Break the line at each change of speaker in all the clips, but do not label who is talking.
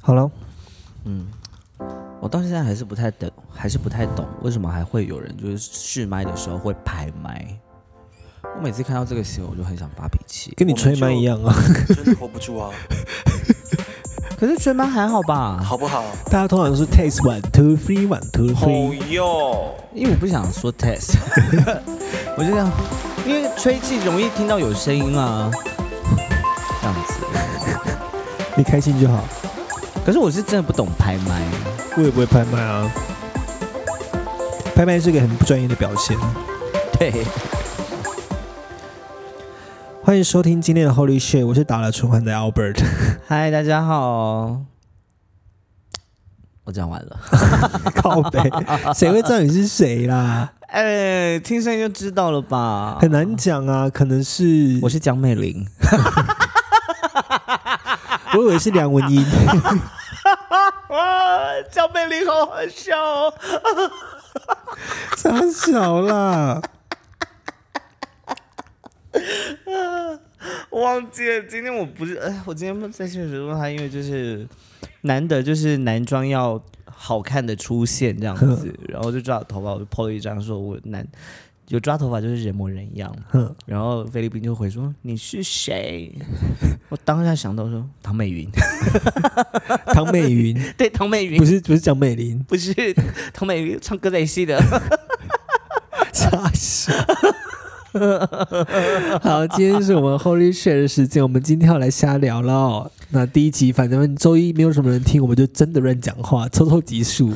好了，
嗯，我到现在还是不太懂，还是不太懂为什么还会有人就是试麦的时候会拍麦。我每次看到这个新闻，我就很想发脾气。
跟你吹麦一样啊。
真的 hold 不住啊，
可是吹麦还好吧，
好不好？
大家通常是 taste one two three one two
好
three，
哟，
因为我不想说 test，我就想，因为吹气容易听到有声音啊，这样子。
你开心就好。
可是我是真的不懂拍麦，
我也不会拍卖啊，拍卖是个很不专业的表现。
对，
欢迎收听今天的 Holy Shit，我是打了纯环的 Albert。
嗨，大家好，我讲完了。
靠北，谁会知道你是谁啦？
哎，听声音就知道了吧？
很难讲啊，可能是
我是江美玲，
我以为是梁文音，
啊，江美玲好好笑哦。
傻小啦。
我忘记了，今天我不是，哎，我今天在现实中，他因为就是难得就是男装要好看的出现这样子，然后就抓头发，我就 po 了一张，说我男有抓头发就是人模人样，然后菲律宾就回说你是谁？ 我当下想到说唐美 云，
唐美云
对，唐美云
不是不是蒋美玲，
不是 唐美云唱歌仔戏的，
傻笑。 好，今天是我们 Holy Shit 的时间，我们今天要来瞎聊喽。那第一集，反正周一没有什么人听，我们就真的乱讲话，凑凑集 数。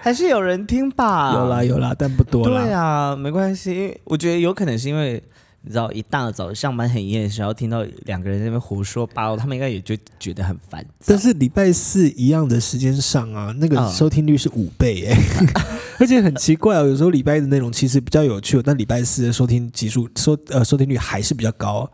还是有人听吧？
有啦有啦，但不多啦。
啊对啊，没关系，我觉得有可能是因为你知道，一大早上班很夜的时候，听到两个人在那边胡说八道，他们应该也就觉得很烦躁
但。是礼拜四一样的时间上啊，那个
嗯
收听率是五倍 哎、而且很奇怪哦，有时候礼拜一的内容其实比较有趣哦，但礼拜四的收听集数收呃收听率还是比较高，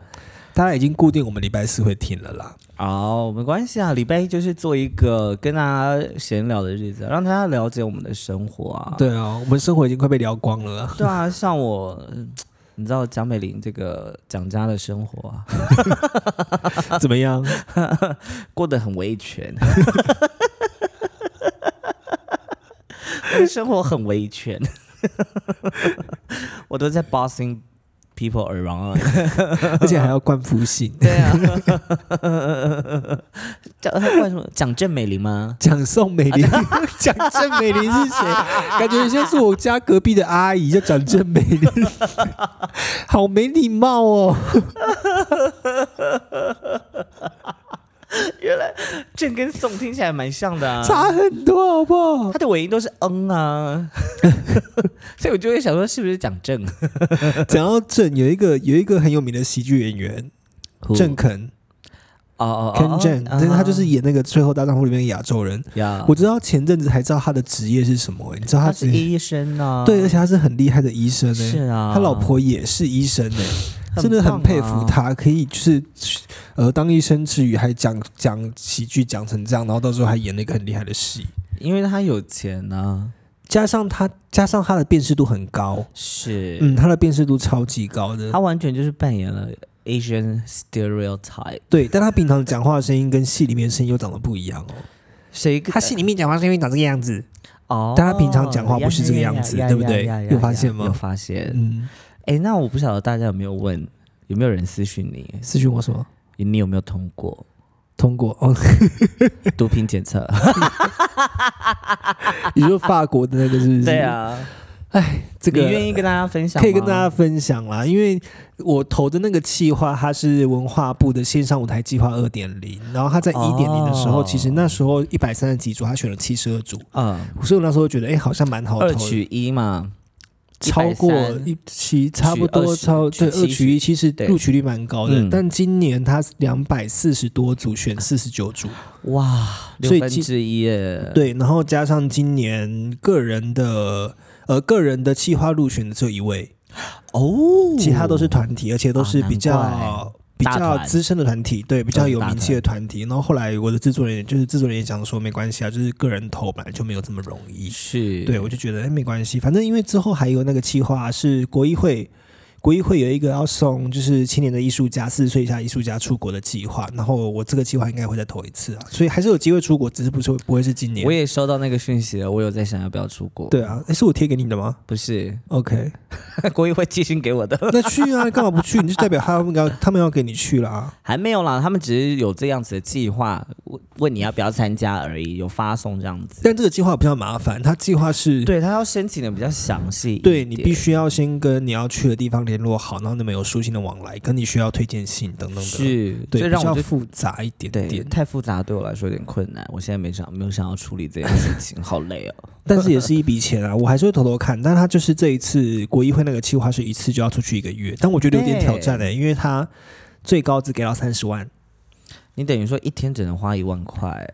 大家已经固定我们礼拜四会听了啦。
哦，没关系啊，礼拜一就是做一个跟大家闲聊的日子，让大家了解我们的生活啊。
对啊，我们生活已经快被聊光了 啦。
对啊，像我，嗯你知道蒋美玲这个蒋家的生活啊，
怎么样？
过得很维 权。我的生活很维权， 我都在 bossing people around。
而且还要冠夫姓，
对 啊，叫他为什么讲郑美玲吗？
讲宋美 龄，讲郑美龄是谁？感觉像是我家隔壁的阿姨叫讲郑美 龄，好没礼貌哦。
原来郑跟宋听起来蛮像的啊，
差很多，好不好？
他的尾音都是嗯啊， 所以我就会想说是不是讲 郑
讲到郑，有一个有一个很有名的喜剧演员郑肯
哦哦
Ken
哦
Jeng，但是他就是演那个《最后大丈夫》里面的亚洲人。
呀，
我知道前阵子还知道他的职业是什么、欸，你知道
哦他
他
是
职业？
医生啊，
对，而且他是很厉害的医生呢、
是啊，
他老婆也是医生欸呢、
很
真的很佩
棒
服
啊
他，可以就是呃当医生之余还讲讲喜剧讲成这样，然后到时候还演了一个很厉害的戏，
因为他有钱呢、
加上他加上他的辨识度很高，
是，
嗯，他的辨识度超级高的
他。完全就是扮演了 Asian stereotype。
对，但他平常讲话的声音跟戏里面的声音又长得不一样 哦。
谁跟？
他戏里面讲话声音长这个样子，
哦，
但他平常讲话不是这个
呀呀
样子
呀呀
对不对
呀呀呀
有发现吗
有发现。
嗯，
哎，那我不晓得大家有没有问，有没有人私讯你，
私讯我什么？
你有没有通过
通过哦，
毒品检测？
你说法国的那个是不是？
对，啊，
这个
你愿意跟大家分享吗？
可以跟大家分享啦，因为我投的那个计划，它是文化部的线上舞台计划二点零，然后它在一点零的时候，
哦
其实那时候一百三十几组，他选了七十二组，
嗯，
所以我那时候觉得，哎、好像蛮好投
二
的。
取一嘛，
超
130
过一七，差不多
20
超对
取
二取一，其实
对
录取率蛮高的。
嗯
但今年它两百四十多组选四十九组，
哇，
所以
六分
其
之一耶，
对，然后加上今年个人的呃个人的企划入选的只有一位，
哦，
其他都是团体，而且都是
啊
比较、
难
比
大
较
团
资深的团体，对，比较有
大
名气的团体。然后后来我的制作人也就是制作人也讲说，没关系啊，就是个人投本来就没有这么容易。
是，
对，我就觉得哎没关系，反正因为之后还有那个企划是国议会。国艺会有一个要送就是青年的艺术家、四十岁以下艺术家出国的计划，然后我这个计划应该会再投一次啊，所以还是有机会出国，只是不是不会是今年
我。也收到那个讯息了，我有在想要不要出国。，
对啊，诶是我贴给你的吗
不是
？OK，
国艺会寄信给我的，
那去啊，干嘛不去？你就代表他们要他们要给你去了啊。
还没有啦，他们只是有这样子的计划，问问你要不要参加而已，有发送这样子。
但这个计划比较麻烦，它计划是
对他要申请的比较详细一点，
对你必须要先跟你要去的地方联络好，然后那边有书信的往来，跟你需要推荐信等等的，
是，
对，
这让
比较
我就
复杂一点
对
点，
太复杂对我来说有点困难。我现在没想没有想要处理这件事情，好累哦。
但是也是一笔钱啊，我还是会偷偷看。但他就是这一次国议会那个计划是一次就要出去一个月，但我觉得有点挑战嘞、欸因为他最高只给到三十万，
你等于说一天只能花一万块，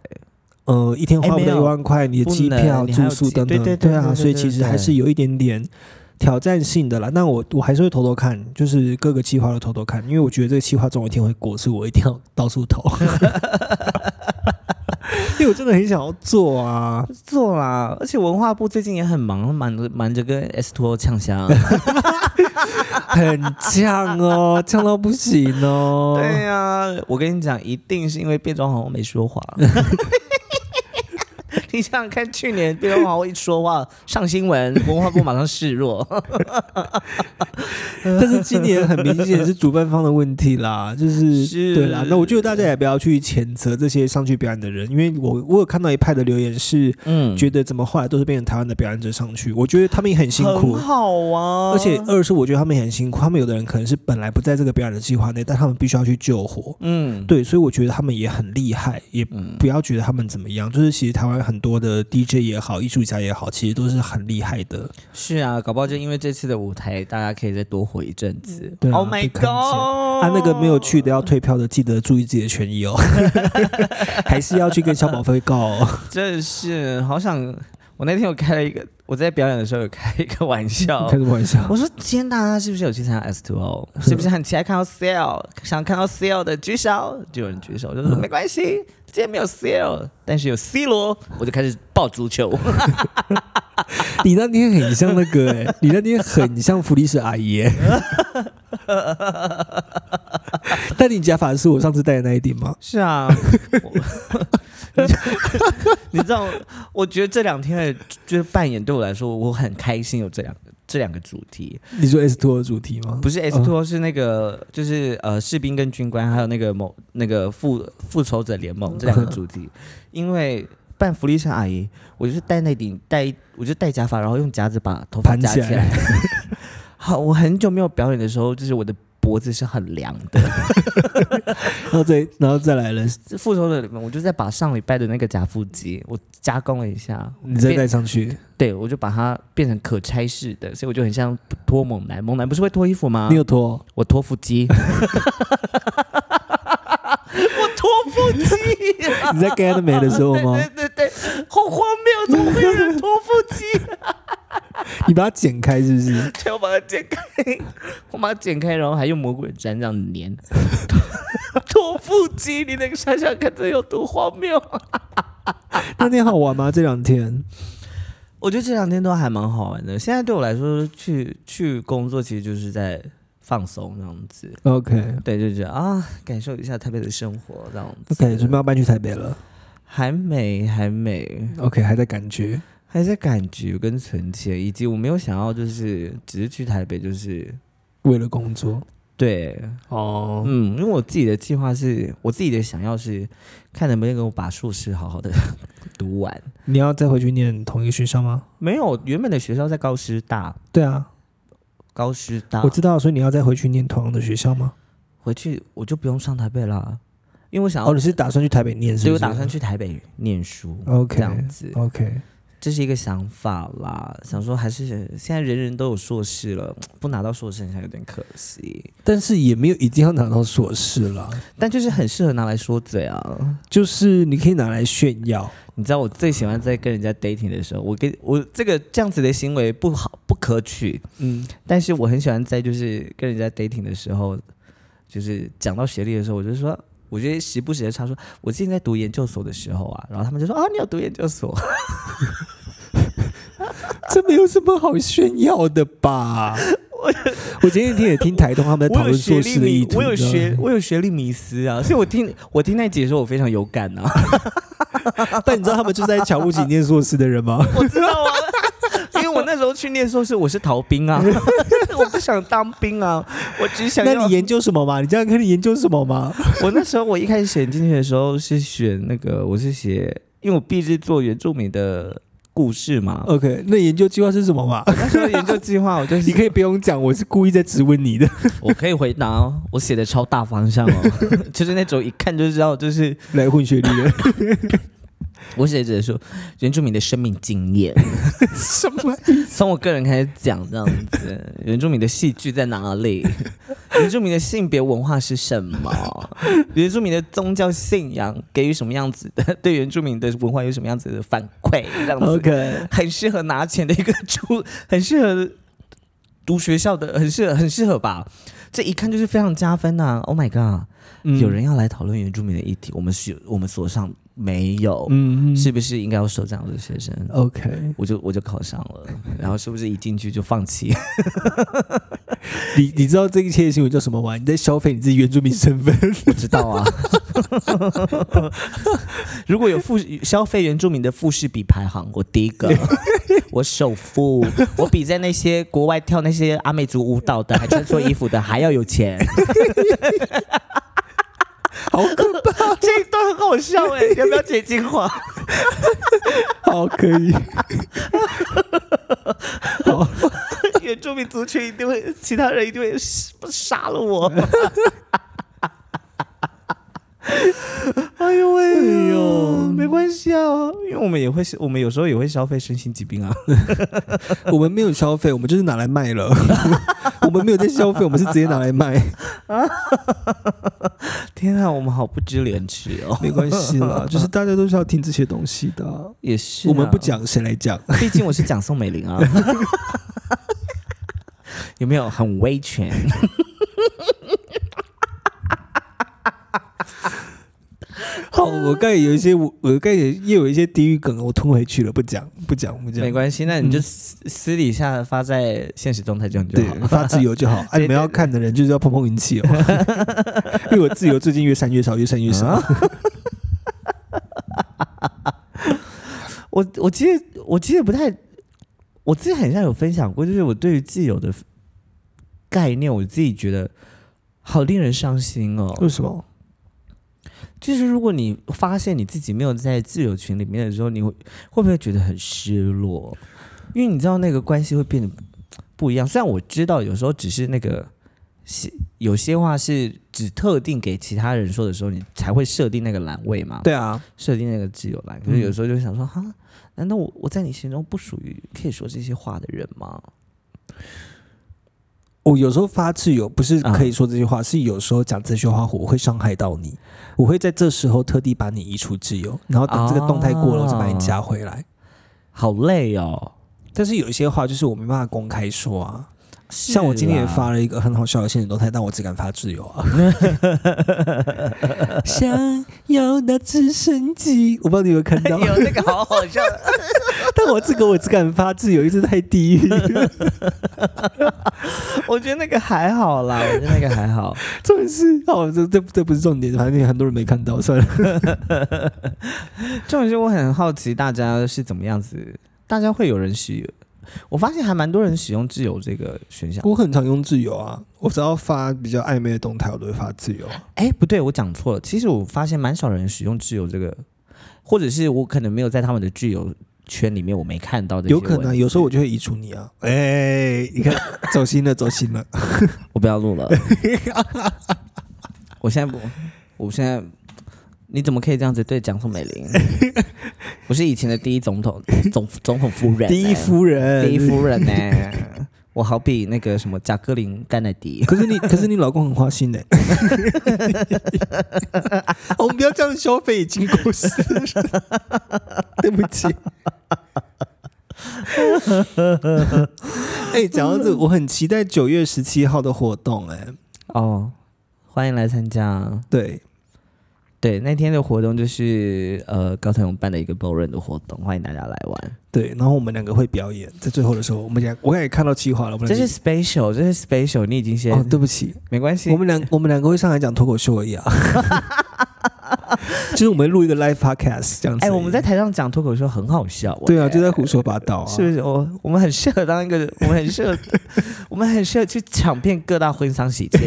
呃，一天花不
哎没
到一
有
万块，你的
不
机
能
票、
你还
住
有
宿
机
等
对
等，
对对
啊，
对
所以
对
其实
对
还是有一点点。挑战性的啦，那我我还是会偷偷看，就是各个计划都偷偷看，因为我觉得这个计划总有一天会过，所以我一定要到处 投。因为我真的很想要做啊，
做啦。而且文化部最近也很忙，忙着忙着跟 S Two O 呛香。
很犟哦，犟到不行哦。
对呀、我跟你讲，一定是因为变装皇后没说 话。你想想看，去年变装皇后一说话上新闻，文化部马上示弱。
但是今年很明显是主办方的问题啦，就是
是
对啦。那我觉得大家也不要去谴责这些上去表演的人，因为我我有看到一派的留言是
嗯，
觉得怎么后来都是变成台湾的表演者上去，我觉得他们也很辛苦
很。好啊，
而且二是我觉得他们也很辛苦，他们有的人可能是本来不在这个表演的计划内，但他们必须要去救火。
嗯，
对，所以我觉得他们也很厉害，也
嗯，
不要觉得他们怎么样。就是其实台湾很多的 DJ 也好，艺术家也好，其实都是很厉害的。
是啊，搞不好就因为这次的舞台，大家可以再多活一阵子。
对啊
o h
被
my
看见
god！哦
啊，那个没有去的要退票的，记得注意自己的权 益哦，还是要去跟消保费告、哦。
真的是好想。我那天有开了一个，我在表演的时候有开一个玩笑
开，什么玩笑？
我说今天大家是不是有去参加 S Two O？是不是很期待看到 CL？想 看到 CL 的举手，就有人举手，我就说没关系，今天没有 CL，但是有 C 罗，我就开始爆足球。
你那天很像那个、欸，你那天很像福利社阿姨、欸。但你假发是我上次戴的那一顶吗？
是 啊，我你知道，我觉得这两天的就是扮演对我来说，我很开心有这两个这两个主题，
你说 S two 的主题吗？
不是 S two 是那个就是呃士兵跟军官，还有那个某那个复复仇者联
嗯
盟这两个主题，因为。扮弗利莎阿姨，我就是戴那顶戴，我就戴假发，然后用夹子把头发
盘
夹
起
起
来
来。 好，我很久没有表演的时候，就是我的脖子是很凉的。
然后再然后再来了，
复仇者里面，我就再把上礼拜的那个假腹肌，我加工了一下，
你再
变
戴上去。
对我就把它变成可拆式的，所以我就很像脱猛男。猛男不是会脱衣服吗？
你有脱哦？
我脱腹肌，我脱腹肌、啊
你在 Get Me 的时候吗？
对对对对，好荒谬，怎么会有人脱腹肌？
你把它剪开是不是？
对，我把它剪开，我把它剪开，然后还用魔鬼粘这样粘， 脱腹肌，你那个想想看，这有多荒谬？
那天好玩吗？这两天
我觉得这两天都还蛮好玩的。现在对我来说，去去工作其实就是在放松这样子。
，OK
对，就觉得啊，感受一下台北的生活这样子。
OK，准备要搬去台北了。
还没，还没，
OK，还在感觉。
还在感觉跟存钱，以及我没有想要就是只是去台北，就是
为了工作
对，
哦，
嗯，因为我自己的计划是我自己的想要是看能不能给我把硕士好好的 读完。
你要再回去念同一个学校吗？
没有，原本的学校在高师大，
对啊，
高师大
我知道，所以你要再回去念同样的学校吗？
回去我就不用上台北啦，因为我想要
哦，你是打算去台北念是
所以
不
我
是？
打算去台北念书
OK 哦
这样子，
OK，
这是一个想法啦。想说还是现在人人都有硕士了，不拿到硕士好像有点可惜，
但是也没有一定要拿到硕士啦，
但就是很适合拿来说嘴啊。
就是你可以拿来炫耀。
你知道我最喜欢在跟人家 dating 的时候，我跟我这个这样子的行为不好不可取，
嗯，
但是我很喜欢在就是跟人家 dating 的时候，就是讲到学历的时候，我就说。我就时不时的插说，我之前在读研究所的时候啊，然后他们就说啊，你有读研究所，
这没有什么好炫耀的吧？ 我前几天也听台 东他们在讨
我有
论硕
学历
士的意
迷，
图，
我有
你知道吗
学，我有学历迷思啊，所以我听我听那集的时候，我非常有感啊。
啊但你知道他们就是在乔布斯念硕士的人 吗？
我知道啊，因为我那时候去念硕士，我是逃兵啊， 我不想当兵啊，我只想
那
要。
你研究什么嘛？你这样可以研究什么 吗？
我那时候我一开始选进去的时候是选那个，我是写，因为我毕竟做原住民的故事嘛。
OK，那研究计划是什么嘛？
那时候研究计划，我就是
你可以不用讲，我是故意在质问 你的。
我可以回答、哦，我写的超大方向哦， 就是那种一看就知道，就是
来混学历的
我写的说原住民的生命经验，
什么？
从我个人开始讲这样 子，原住民的戏剧在哪里？原住民的性别文化是什么？原住民的宗教信仰给予什么样子的？ 对原住民的文化有什么样子的反馈？这样子
OK，
很适合拿钱的一个出， 很适合读学校的，很适合，很适合吧？这一看就是非常加分呐、Oh my god！、
嗯
有人要来讨论原住民的议题，我们是，我们所上没有，
嗯
是不是应该要收这样的学生？
OK，
我就我就考上 了，然后是不是一进去就放弃？
你你知道这一切的新闻叫什么吗？你在消费你自己原住民身份。
不知道啊。 如果有富消费原住民的富士比排行，我第一 个，我首富，我比在那些国外跳那些阿美族舞蹈的、还穿错衣服的还要有 钱。
好可
啊、 这一段很好笑 哎、要不要解精华？
好可以，好
原住民族群一定会，其他人一定会杀了我。 哎呦喂、呦，没关系啊，因为我们也会，我们有时候也会消费身心疾病啊。
我们没有消费，我们就是拿来卖了。 我们没有在消费，我们是直接拿来卖，
天啊，我们好不知廉耻哦！
没关系啦。就是大家都是要听这些东西的啊、
也 是、
我们不，讲，谁来 讲？
毕竟我是讲宋美龄 啊。有没有很威权？
好，哦我刚才有一些，我我刚才也也有一些地狱梗，我吞回去了，不讲，不讲，不
没
讲。
关系，那你就私私底下发在现实动态这样就
对
好，了。
发自由就 好。啊，
对
你们要看的人就是要碰碰运气哦。 因为我自由最近越删越少，越删越少。
我我记得我记得不太，我自己很像有分享过，就是我对于自由的概念，我自己觉得好令人伤心哦。
为什么？
就是如果你发现你自己没有在自由群里面的时候，你会会不会觉得很失落？因为你知道那个关系会变得不一样。虽然我知道有时候只是那个是有些话是只特定给其他人说的时候，你才会设定那个栏位嘛，
对啊，
设定那个自由栏。可是有时候就想说，哈、难道我我在你心中不属于可以说这些话的人吗？
我有时候发自由不是
嗯
可以说这句话，是有时候讲这句话我会伤害到你，我会在这时候特地把你移除自由，然后等这个动态过了，我再把你加回来。
哦好累哦。
但是有一些话就是我没办法公开说啊，像我今天也
是啦
发了一个很好笑的现实动态，但我只敢发自由啊。想要的直升机，我不知道你有没有看到，
有哎那个好好 笑，
但我这个我只敢发自由，一直太地狱。
我觉得那个还好啦，我觉得那个还好。
重点是，哦，这这这不是重点，反正很多人没看到，算了。
重点是我很好奇大家是怎么样子，大家会有人使，我发现还蛮多人使用自由这个选项。
我很常用自由啊，我只要发比较暧昧的动态，我都会发自由啊。
哎，不对，我讲错了。其实我发现蛮少人使用自由这个，或者是我可能没有在他们的自由圈里面，我没看到这些
有
文字。
可能有时候我就会移除你啊。哎、你 看，走心了，走心了。
我不要 录了。我现在不，我现在你怎么可以这样子对蒋宋美龄？ 我是以前的第一总统总总统夫人、
第一夫人，
第一夫人呢、 我好比那个什么贾戈林甘乃迪。
可是 你，可是你老公很花心的、哦我们不要这样消费，已经过时了。 对不起。哎、讲到这个，我很期待九月十七号的活动、哎，
哦，欢迎来参加。
对，
对，那天的活动就是呃高腾勇办的一个 b o r n 的活动，欢迎大家来玩。
对，然后我们两个会表演，在最后的时候，我们俩我刚也看到计划了，我们
这
两
是
个
special，这是 special，你已经先、
哦，对不起，
没关系
我。们两我们两个会上来讲脱口秀而 已啊，就是我们录一个 live podcast 这样子。
哎、我们在。台上讲脱口秀很好笑、哎
对啊，就在胡说八道啊！
是不是？我我们很适合当一个， 我们很适合，我们很适合去抢遍各大婚丧喜 庆。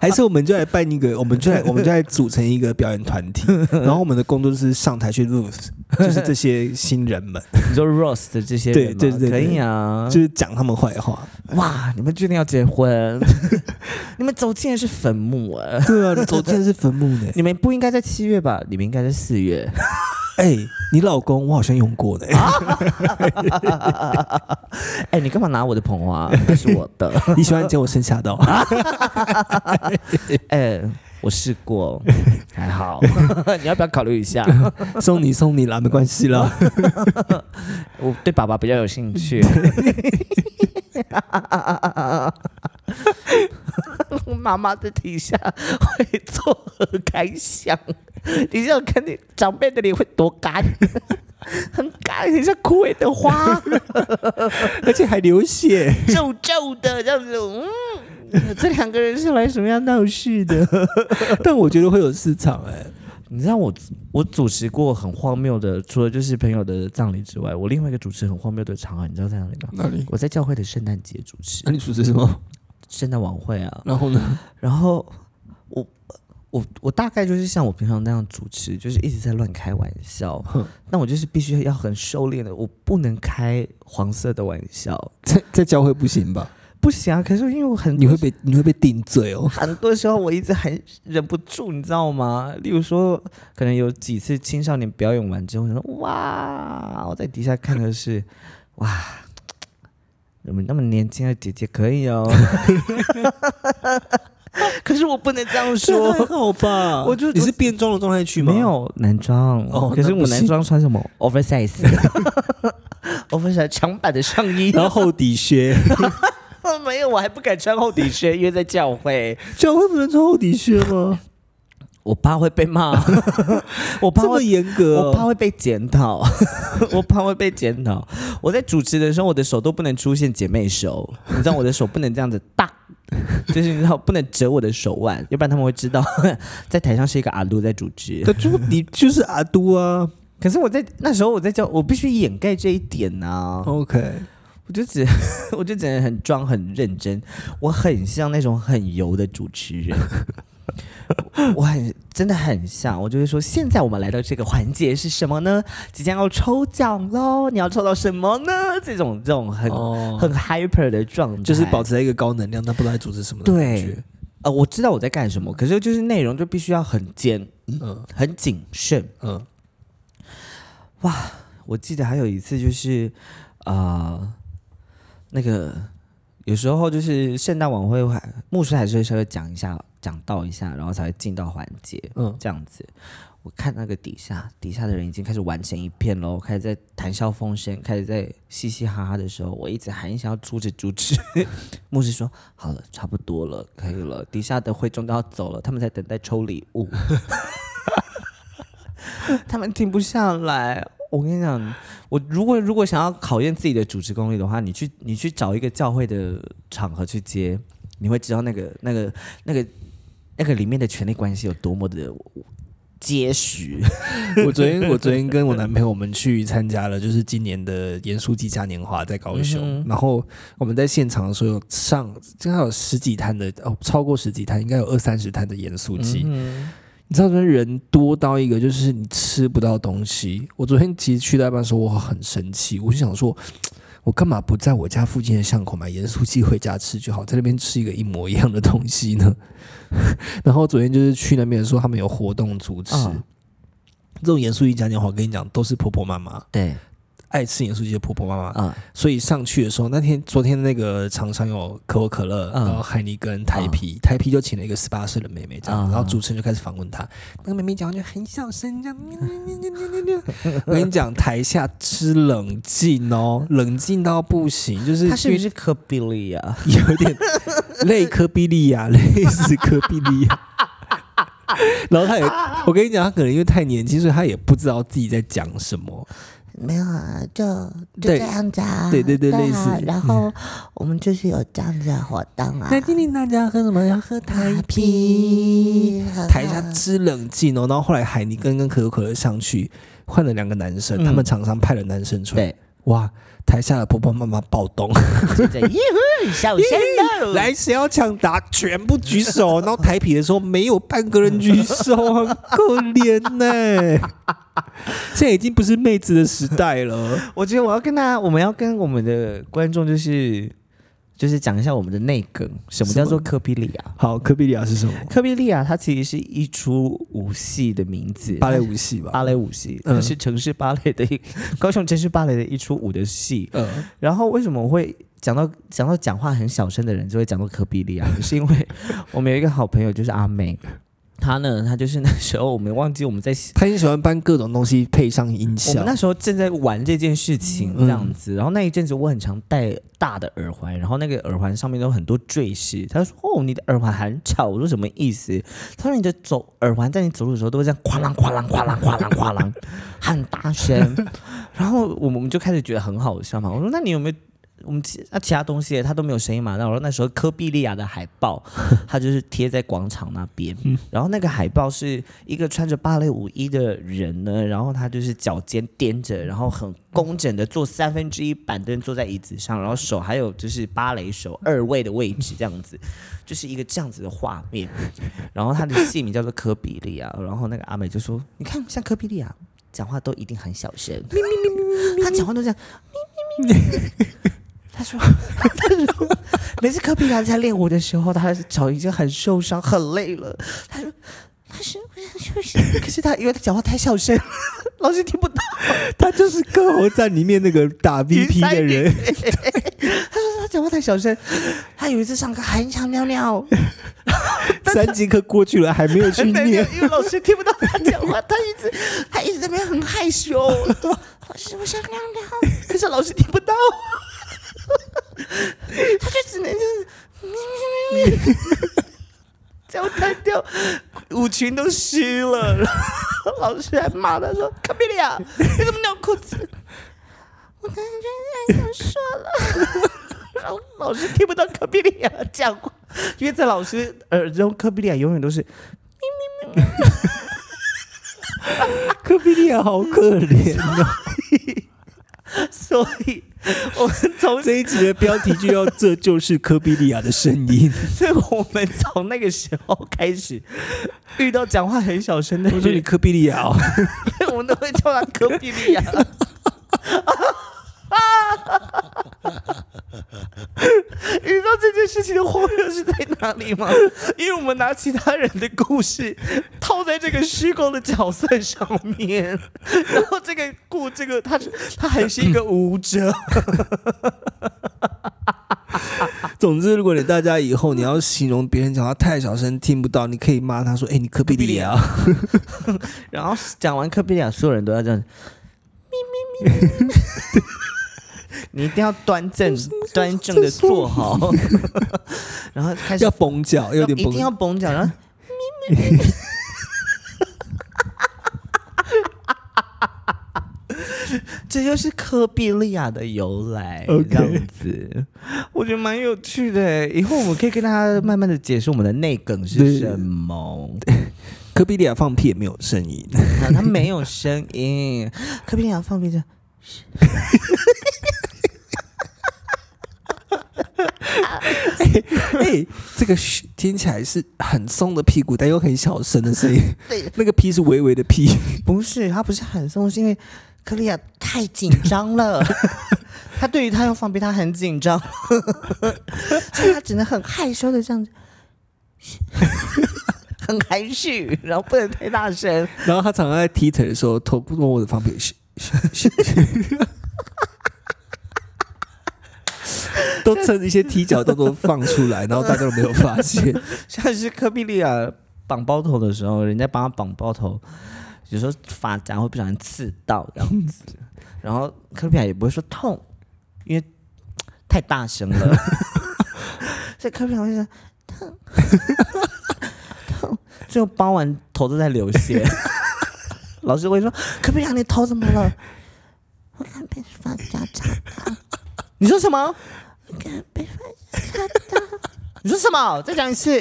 还是我们就来办一个，我们就来我们就来组成一个表演团 体，然后我们的工作就是上台去 lose，就是这些新人们，
你说 roast 的这些人吗
对对对对
可以啊。
就是讲他们坏话。
哇，你们决定要 结婚，你们走进的是坟墓啊！
对啊， 你走进的是坟墓 呢。
你们不应该在七月吧？你们应该在四月。
哎、你老公我好像用过呢，
啊哎、你干嘛拿我的捧花？那是我的。
你喜欢剪我剩下的、哦？
啊 哎、我试过， 还好。你要不要考虑一 下？
送你送你啦，没关系啦。
我对爸爸比较有兴趣。 我妈妈在底下会作何感想？你想看你长辈的脸会多干， 很干，很像枯萎的 花，
而且还流血，
皱皱的这样子。嗯，这两个人是来什么样闹事的？
但我觉得会有市场哎、
你知道我我主持过很荒谬的，除了就是朋友的葬礼之外，我另外一个主持很荒谬的场合，你知道在哪里吗？
那你
我在教会的圣诞节主持
啊那你主持什么？
圣诞晚会啊，
然后呢？
然后我我我大概就是像我平常那样主持，就是一直在乱开玩笑
哼。
但我就是必须要很收敛的，我不能开黄色的玩笑，
在在教会不行吧？
不行啊。可是因为我很
你会被你会被定罪哦。
很多时候我一直很忍不住，你知道吗？例如说，可能有几次青少年表演完之后，我想说哇，我在底下看的是哇，怎么那么年轻的姐姐可以哦。 可是我不能这样说，
好吧
我就
你 是变装的状态去吗？
没，有男装
哦
可是
那不
我男
行
装穿什么 oversize，oversize 长版的上衣，
然后厚底靴，
没有，我还不敢穿厚底靴，因为在教会，
教会不能穿厚底靴吗？
我怕会被骂，我 怕
这么
会。
严格、
我怕
哦？
会被检讨， 我怕会被检讨。我在主持的时候，我的手都不能出现姐妹手，你知道我的手不能这样子大，就是你知道不能折我的手腕，要不然他们会知道 在台上是一个阿鲁在主持。
对，就你就是阿都啊。
可是我在哦那时候我在教，我必须掩盖这一点啊呐、
OK，
我就只 我就只能很装很认真，我很像那种很油的主持人，我 很真的很像。我就会说，现在我们来到这个环节是什么呢？即将要抽奖喽，你要抽到什么呢？这种这种很、
哦哎
很 hyper 的状态，
就是保持在一个高能量，但不知道在组织什么的感
对
觉。。
呃，我知道我在干什么，可是就是内容就必须要很尖、
嗯
很谨慎，
嗯，
我记得还有一次就是，啊、那个有时候就是圣诞晚会还牧师还是会稍微讲一下、讲到一下，然后才会进到环节，
嗯
嗯，这样子。我看那个底下，底下的人已经开始玩成一片喽，开始在谈笑风生，开始在嘻嘻哈哈的时候，我一直很想要阻止阻止。 牧师说：“好了，差不多了，可以了。”底下的会众都要走了，他们在等待抽礼物， 他们停不下来。我跟你讲，我如果如果想要考验自己的主持功力的话，你去你去找一个教会的场合去接，你会知道那个那个那个那个里面的权力关系有多么的结实。
我昨天我昨天跟我男朋友我们去参加了，就是今年的盐酥鸡嘉年华在高雄，然后我们在现场的时候有上，应该有十几摊的哦，超过十几摊，应该有二三十摊的盐酥
嗯
鸡。你知道，昨天人多到一个，就是你吃不到东西。我昨天其实去到一半的时候，我很生气，我就想说，我干嘛不在我家附近的巷口买盐酥鸡回家吃就好，在那边吃一个一模一样的东西呢？ 然后昨天就是去那边的时候，他们有活动主持，
嗯
这种盐酥鸡嘉年华，我跟你讲，都是婆婆妈妈
对，
爱吃盐酥鸡的婆婆妈妈，
啊、
所以上去的时候，那天昨天那个厂商有可口可乐，
嗯
然后海尼根、台
啊
啤，台啤就请了一个十八岁的妹妹这样，
嗯
然后主持人就开始访问她，那个妹妹讲话就很小声这样，喵喵喵喵喵喵喵 我跟你讲，台下之冷静哦，冷静到不行，就是
他是
因为
不是科比利啊？
有点类科比利亚，类似科比利亚。然后他也，我跟你讲，他可能因为太年轻，所以他也不知道自己在讲什么。
没有啊，就就
对
这样子啊，
对对对类似
啊。然后我们就是有这样子的活动啊，
今天大家要喝什么？要喝台啤。
皮
台下之冷静哦，然后后来海尼根跟可口可乐上去换了两个男生，
嗯
他们厂商派了男生出来
对，，
哇，台下的婆婆妈妈暴动，
就这样，耶呼，小鲜 肉，
来谁要抢答，全部举手，然后台啤的时候没有半个人举手，很可怜呢、 现在已经不是妹子的时代了，
我觉得我要跟大家，我们要跟我们的观众就是就是讲一下我们的内梗，什么
什么
叫做科比利亚？
好，科比利亚是什么？
科比利亚它其实是一出舞戏的名字，
芭蕾舞系吧
芭。蕾舞戏，
嗯
它是城市芭蕾的一 高雄城市芭蕾的一出舞的戏。
嗯，
然后为什么我会讲到讲到讲话很小声的人就会讲到科比利亚？ 是因为我们有一个好朋友就是阿妹，她呢，她就是那时候我们忘记我们在
他很喜欢搬各种东西配上音
我
效
们，那时候正在玩这件事情
嗯
这样子，然后那一阵子我很常戴大的耳环，然后那个耳环上面都有很多坠饰。他说：“哦，你的耳环很吵。”我说：“什么意思？”他说：“你的走耳环在你走路的时候都会这样哐啷哐啷哐啷哐啷哐啷，很大声。”然后我们我们就开始觉得很好笑嘛。我说：“那你有没有？”我们其那其他东西他都没有声音嘛？那我说那时候科比利亚的海报，它就是贴在广场那边，然后那个海报是一个穿着芭蕾舞衣的人呢，然后他就是脚尖踮着，然后很工整的坐三分之一板凳坐在椅子上，然后手还有就是芭蕾手二位的位置这样子，就是一个这样子的画面。然后他的戏名叫做科比利亚，然后那个阿美就说：“你看像科比利亚讲话都一定很小声，他讲话都这样。”他说：“他说每次科比他在练舞的时候，他的脚已经很受伤、很累了。他说：‘他是我想休息。’ 可是他因为他讲话太小声， 老师听不到。
他就是《歌喉战》里面那个打 VP 的 人，
他说他讲话太小声。他有一次上课很想尿尿，
三节课过去了还没有去
真的
念，
因为老师听不到他讲话，他一直 他一直在那边很害羞。老师，我想尿尿，可是老师听不到， 他就只能就是 这样单调，舞裙都湿了。 然后老师还骂他说：“卡比利亚，你怎么尿裤子？”我刚才就想说了。 然后老师听不到科比利亚讲话，因为在老师耳中，科比利亚永远都是
科比利亚好可怜哦。
所以我们从
这一集的标题就要“这就是科比利亚的声音
所以我们从那个时候开始，遇到讲话很小声的”。
我说你
人，
科比利亚哦，
我们都会叫他科比利亚。你知道这件事情的荒谬是在哪里吗？因为我们拿其他人的故事套在这个虚构的角色上面，然后这个故这个他是他还是一个舞者，
总之，如果你大家以后你要形容别人讲话太小声听不到，你可以骂他说：“哎、你科比利亚哦。
然后讲完科比利亚，所有人都要这样，咪咪咪咪，你一定要端正端正的坐好，然后开”始
要绷脚，有点
一
绷
定。要绷脚，然后这就是科比利亚的由来
OK
这样子，我觉得蛮有趣的。以后我们可以跟大家慢慢的解释我们的内梗是
对
什么。
科比利亚放屁也没有声音，
啊，他没有声音。科比利亚放屁的，
哎、 这个嘘听起来是很松的屁股，但又很小声的声 音。 那个屁是微微的屁，
不是他不是很松，是因为科比利亚太紧张了。他对于他要放屁，他很紧张，所以他只能很害羞的这样子， 很含蓄，然后不能太大声。
然后他常常在踢腿的时候偷摸我的放屁。嘘嘘嘘 都趁一些踢脚动作放出来，然后大家都没有发现。
像是科比利亚绑包头的时候，人家帮他绑包头，有时候发夹会不小心刺到这样 子，然后科比利亚也不会说痛，因为太大声 了，所以科比利亚会说痛痛，最后包完头都在流血。 老师会说：“可不让你头怎么了
我看被放家长，？”
你说什么？
我看被放
你说什么？再讲一次。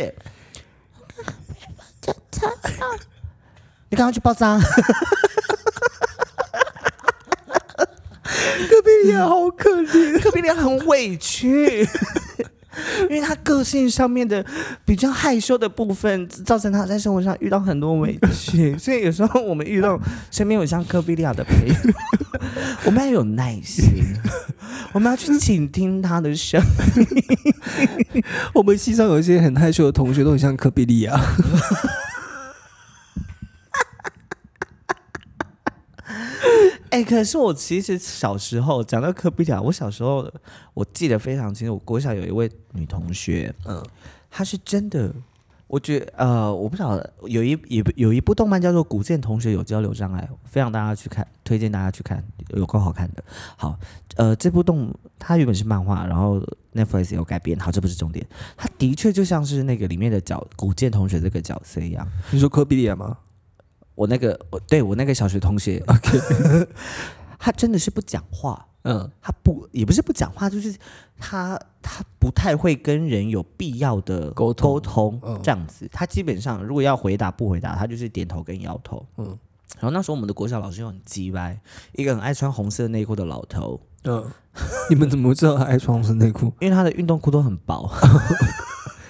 家长，
你赶快去包扎。 隔壁脸好可怜，隔壁脸很委屈， 因为他个性上面的比较害羞的部分，造成他在生活上遇到很多委屈， 所以有时候我们遇到身边有像科比利亚的 朋友，我们要有耐 心，我们要去倾听他的声音。
我们系上有一些很害羞的同学都很像科比利亚，
哎、可是我其实小时候讲到科比亚，我小时候我记得非常清楚，我国小有一位女同学，嗯，她是真的，我觉得呃，我不晓得有一有有一部动漫叫做《古剑同学有交流障碍》，非常大家去看，推荐大家去看，有够好看的。好，呃，这部动它原本是漫画，然后 Netflix 也有改编，好，这不是重点，它的确就像是那个里面的角古剑同学这个角色一样，
你说科比利亚吗？
我那个我对我那个小学 同学 他真的是不讲话，
嗯，
他不也不是不讲话，就是他他不太会跟人有必要的
沟通
沟通
嗯
这样子。他基本上如果要回答不回答，他就是点头跟摇头。
嗯
嗯，然后那时候我们的国小老师又很鸡歪，一个很爱穿红色内裤的老头，
嗯， 你们怎么知道他爱穿红色内裤
因为他的运动裤都很 薄，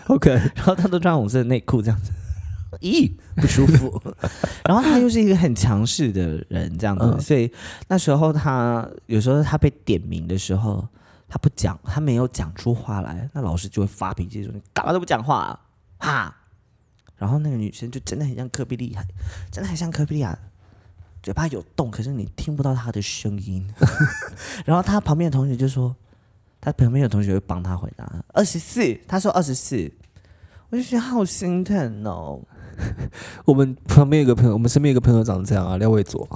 ？OK，
然后他都穿红色的内裤这样子， 咦，不舒服。 然后他又是一个很强势的人，这样子，
嗯
所以那时候他有时候他被点名的时候，他不讲，他没有讲出话来，那老师就会发脾气说：“你干嘛都不讲话啊？”哈。然后那个女生就真的很像科比利亚，真的很像科比利亚，嘴巴有动，可是你听不到她的声音。 然后他旁边的同学就说，他旁边有同学会帮他回答，二十四，他说二十四，我就觉得好心疼哦。
我们旁边有个朋友，我们身边有个朋友长这样啊，廖伟佐，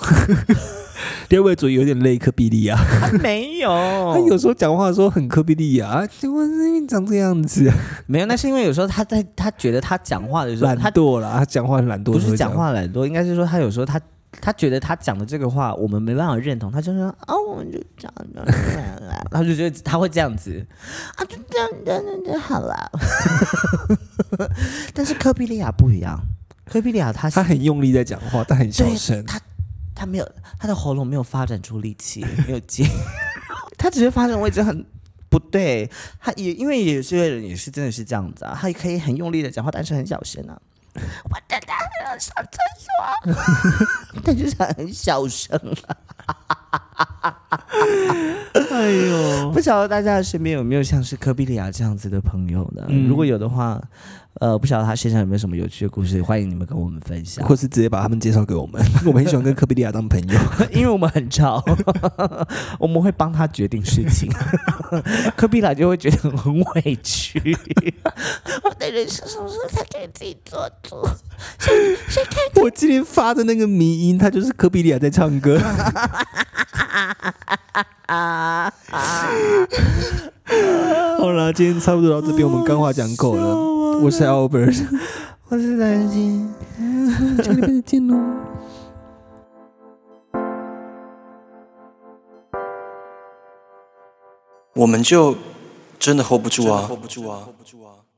廖伟佐有点类科比利亚，
他没 有，
他有时候讲话的时候很科比利亚，啊结果是因为长这样子，
没有？那是因为有时候他在他觉得他讲话的时候，
懒
他
惰啦，他讲话很懒惰，
不
就会
是
这
讲
样，
话懒惰，应该是说他有时候他他觉得他讲的这个话我们没办法认同，他就说啊，我们就讲的，他就觉得他会这样子。
啊，就这样，这样就好了。
但是科比利亚不一样，科比利亚他是
他很用力在讲话，但很小
对
声。
他他没有他的喉咙没有发展出力气， 没有接，他只是发展位置很不对。他也因为有些人也是真的是这样子啊，他也可以很用力的讲话，但是很小声啊。我真的很想上厕所， 但就是很小声、
哎呦，
不晓得大家身边有没有像是科比利亚这样子的朋友呢？
嗯
如果有的话，呃，不晓得他身上有没有什么有趣的故事，欢迎你们跟我们分享。
或是直接把他们介绍给我们， 我们很喜欢跟科比利亚当朋友。
因为我们很吵， 我们会帮他决定事情。 科比拉就会觉得很委屈，
我的人生什么时候才可以自己做主？
我今天发的那个迷音，他就是科比利亚在唱 歌。好啦，今天差不多到这边，我们干话讲够了。我是 Albert，
我是担心。
下礼拜哦再见喽。
我们就真的 hold 不住啊！hold 不住啊！hold 不住啊！